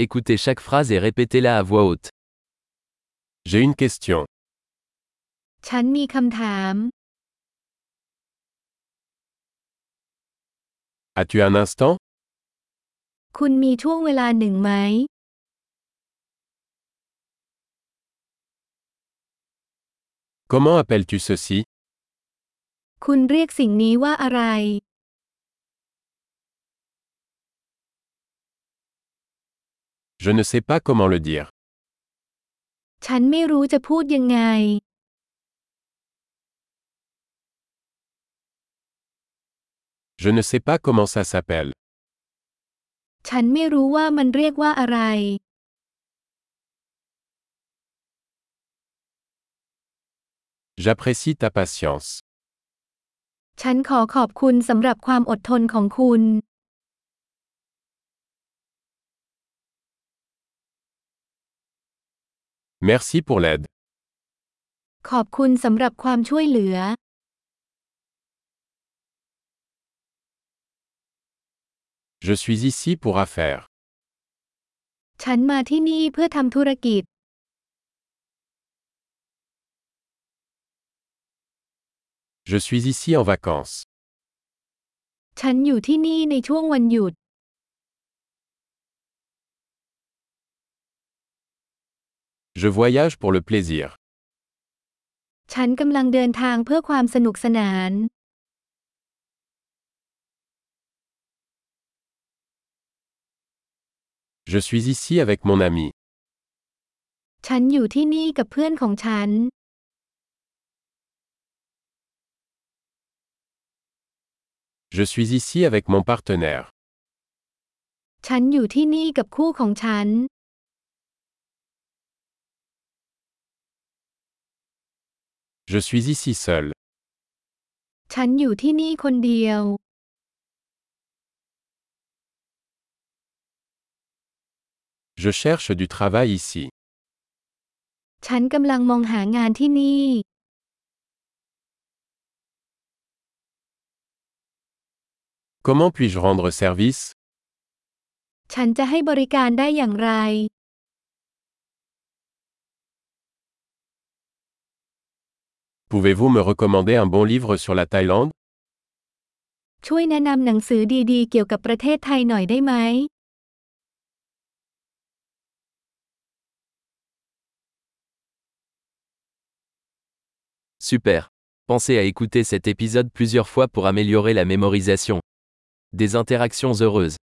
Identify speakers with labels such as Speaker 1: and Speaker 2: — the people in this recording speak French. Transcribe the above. Speaker 1: Écoutez chaque phrase et répétez-la à voix haute.
Speaker 2: J'ai une question.
Speaker 3: ฉันมีคำถาม
Speaker 2: As-tu un instant
Speaker 3: คุณมีช่วงเวลาหนึ่งไหม
Speaker 2: Comment appelles-tu ceci
Speaker 3: คุณเรียกสิ่งนี้ว่าอะไร
Speaker 2: Je ne sais pas comment le dire.
Speaker 3: ฉันไม่รู้จะพูดยังไง
Speaker 2: Je ne sais pas comment ça s'appelle.
Speaker 3: ฉันไม่รู้ว่ามันเรียกว่าอะไร
Speaker 2: J'apprécie ta patience.
Speaker 3: ฉันขอขอบคุณสำหรับความอดทนของคุณ
Speaker 2: Merci pour l'aide.
Speaker 3: ขอบคุณสำหรับความช่วยเหลือ
Speaker 2: Je suis ici pour affaires.
Speaker 3: ฉันมาที่นี่เพื่อทำธุรกิจ
Speaker 2: Je suis ici en vacances.
Speaker 3: ฉันอยู่ที่นี่ในช่วงวันหยุด
Speaker 2: Je voyage pour le plaisir.
Speaker 3: ฉันกำลังเดินทางเพื่อความสนุกสนาน
Speaker 2: Je suis ici avec mon ami.
Speaker 3: ฉันอยู่ที่นี่กับเพื่อนของฉัน
Speaker 2: Je suis ici avec mon partenaire.
Speaker 3: ฉันอยู่ที่นี่กับคู่ของฉัน
Speaker 2: Je suis ici seul.
Speaker 3: ฉันอยู่ที่นี่คนเดียว
Speaker 2: Je cherche du travail ici.
Speaker 3: ฉันกำลังมองหางานที่นี่
Speaker 2: Comment puis-je rendre service
Speaker 3: ฉันจะให้บริการได้อย่างไร
Speaker 2: Pouvez-vous me recommander un bon livre sur la Thaïlande
Speaker 3: ช่วยแนะนำหนังสือดีๆ เกี่ยวกับประเทศไทยหน่อยได้ไหม
Speaker 1: Super. Pensez à écouter cet épisode plusieurs fois pour améliorer la mémorisation. Des interactions heureuses.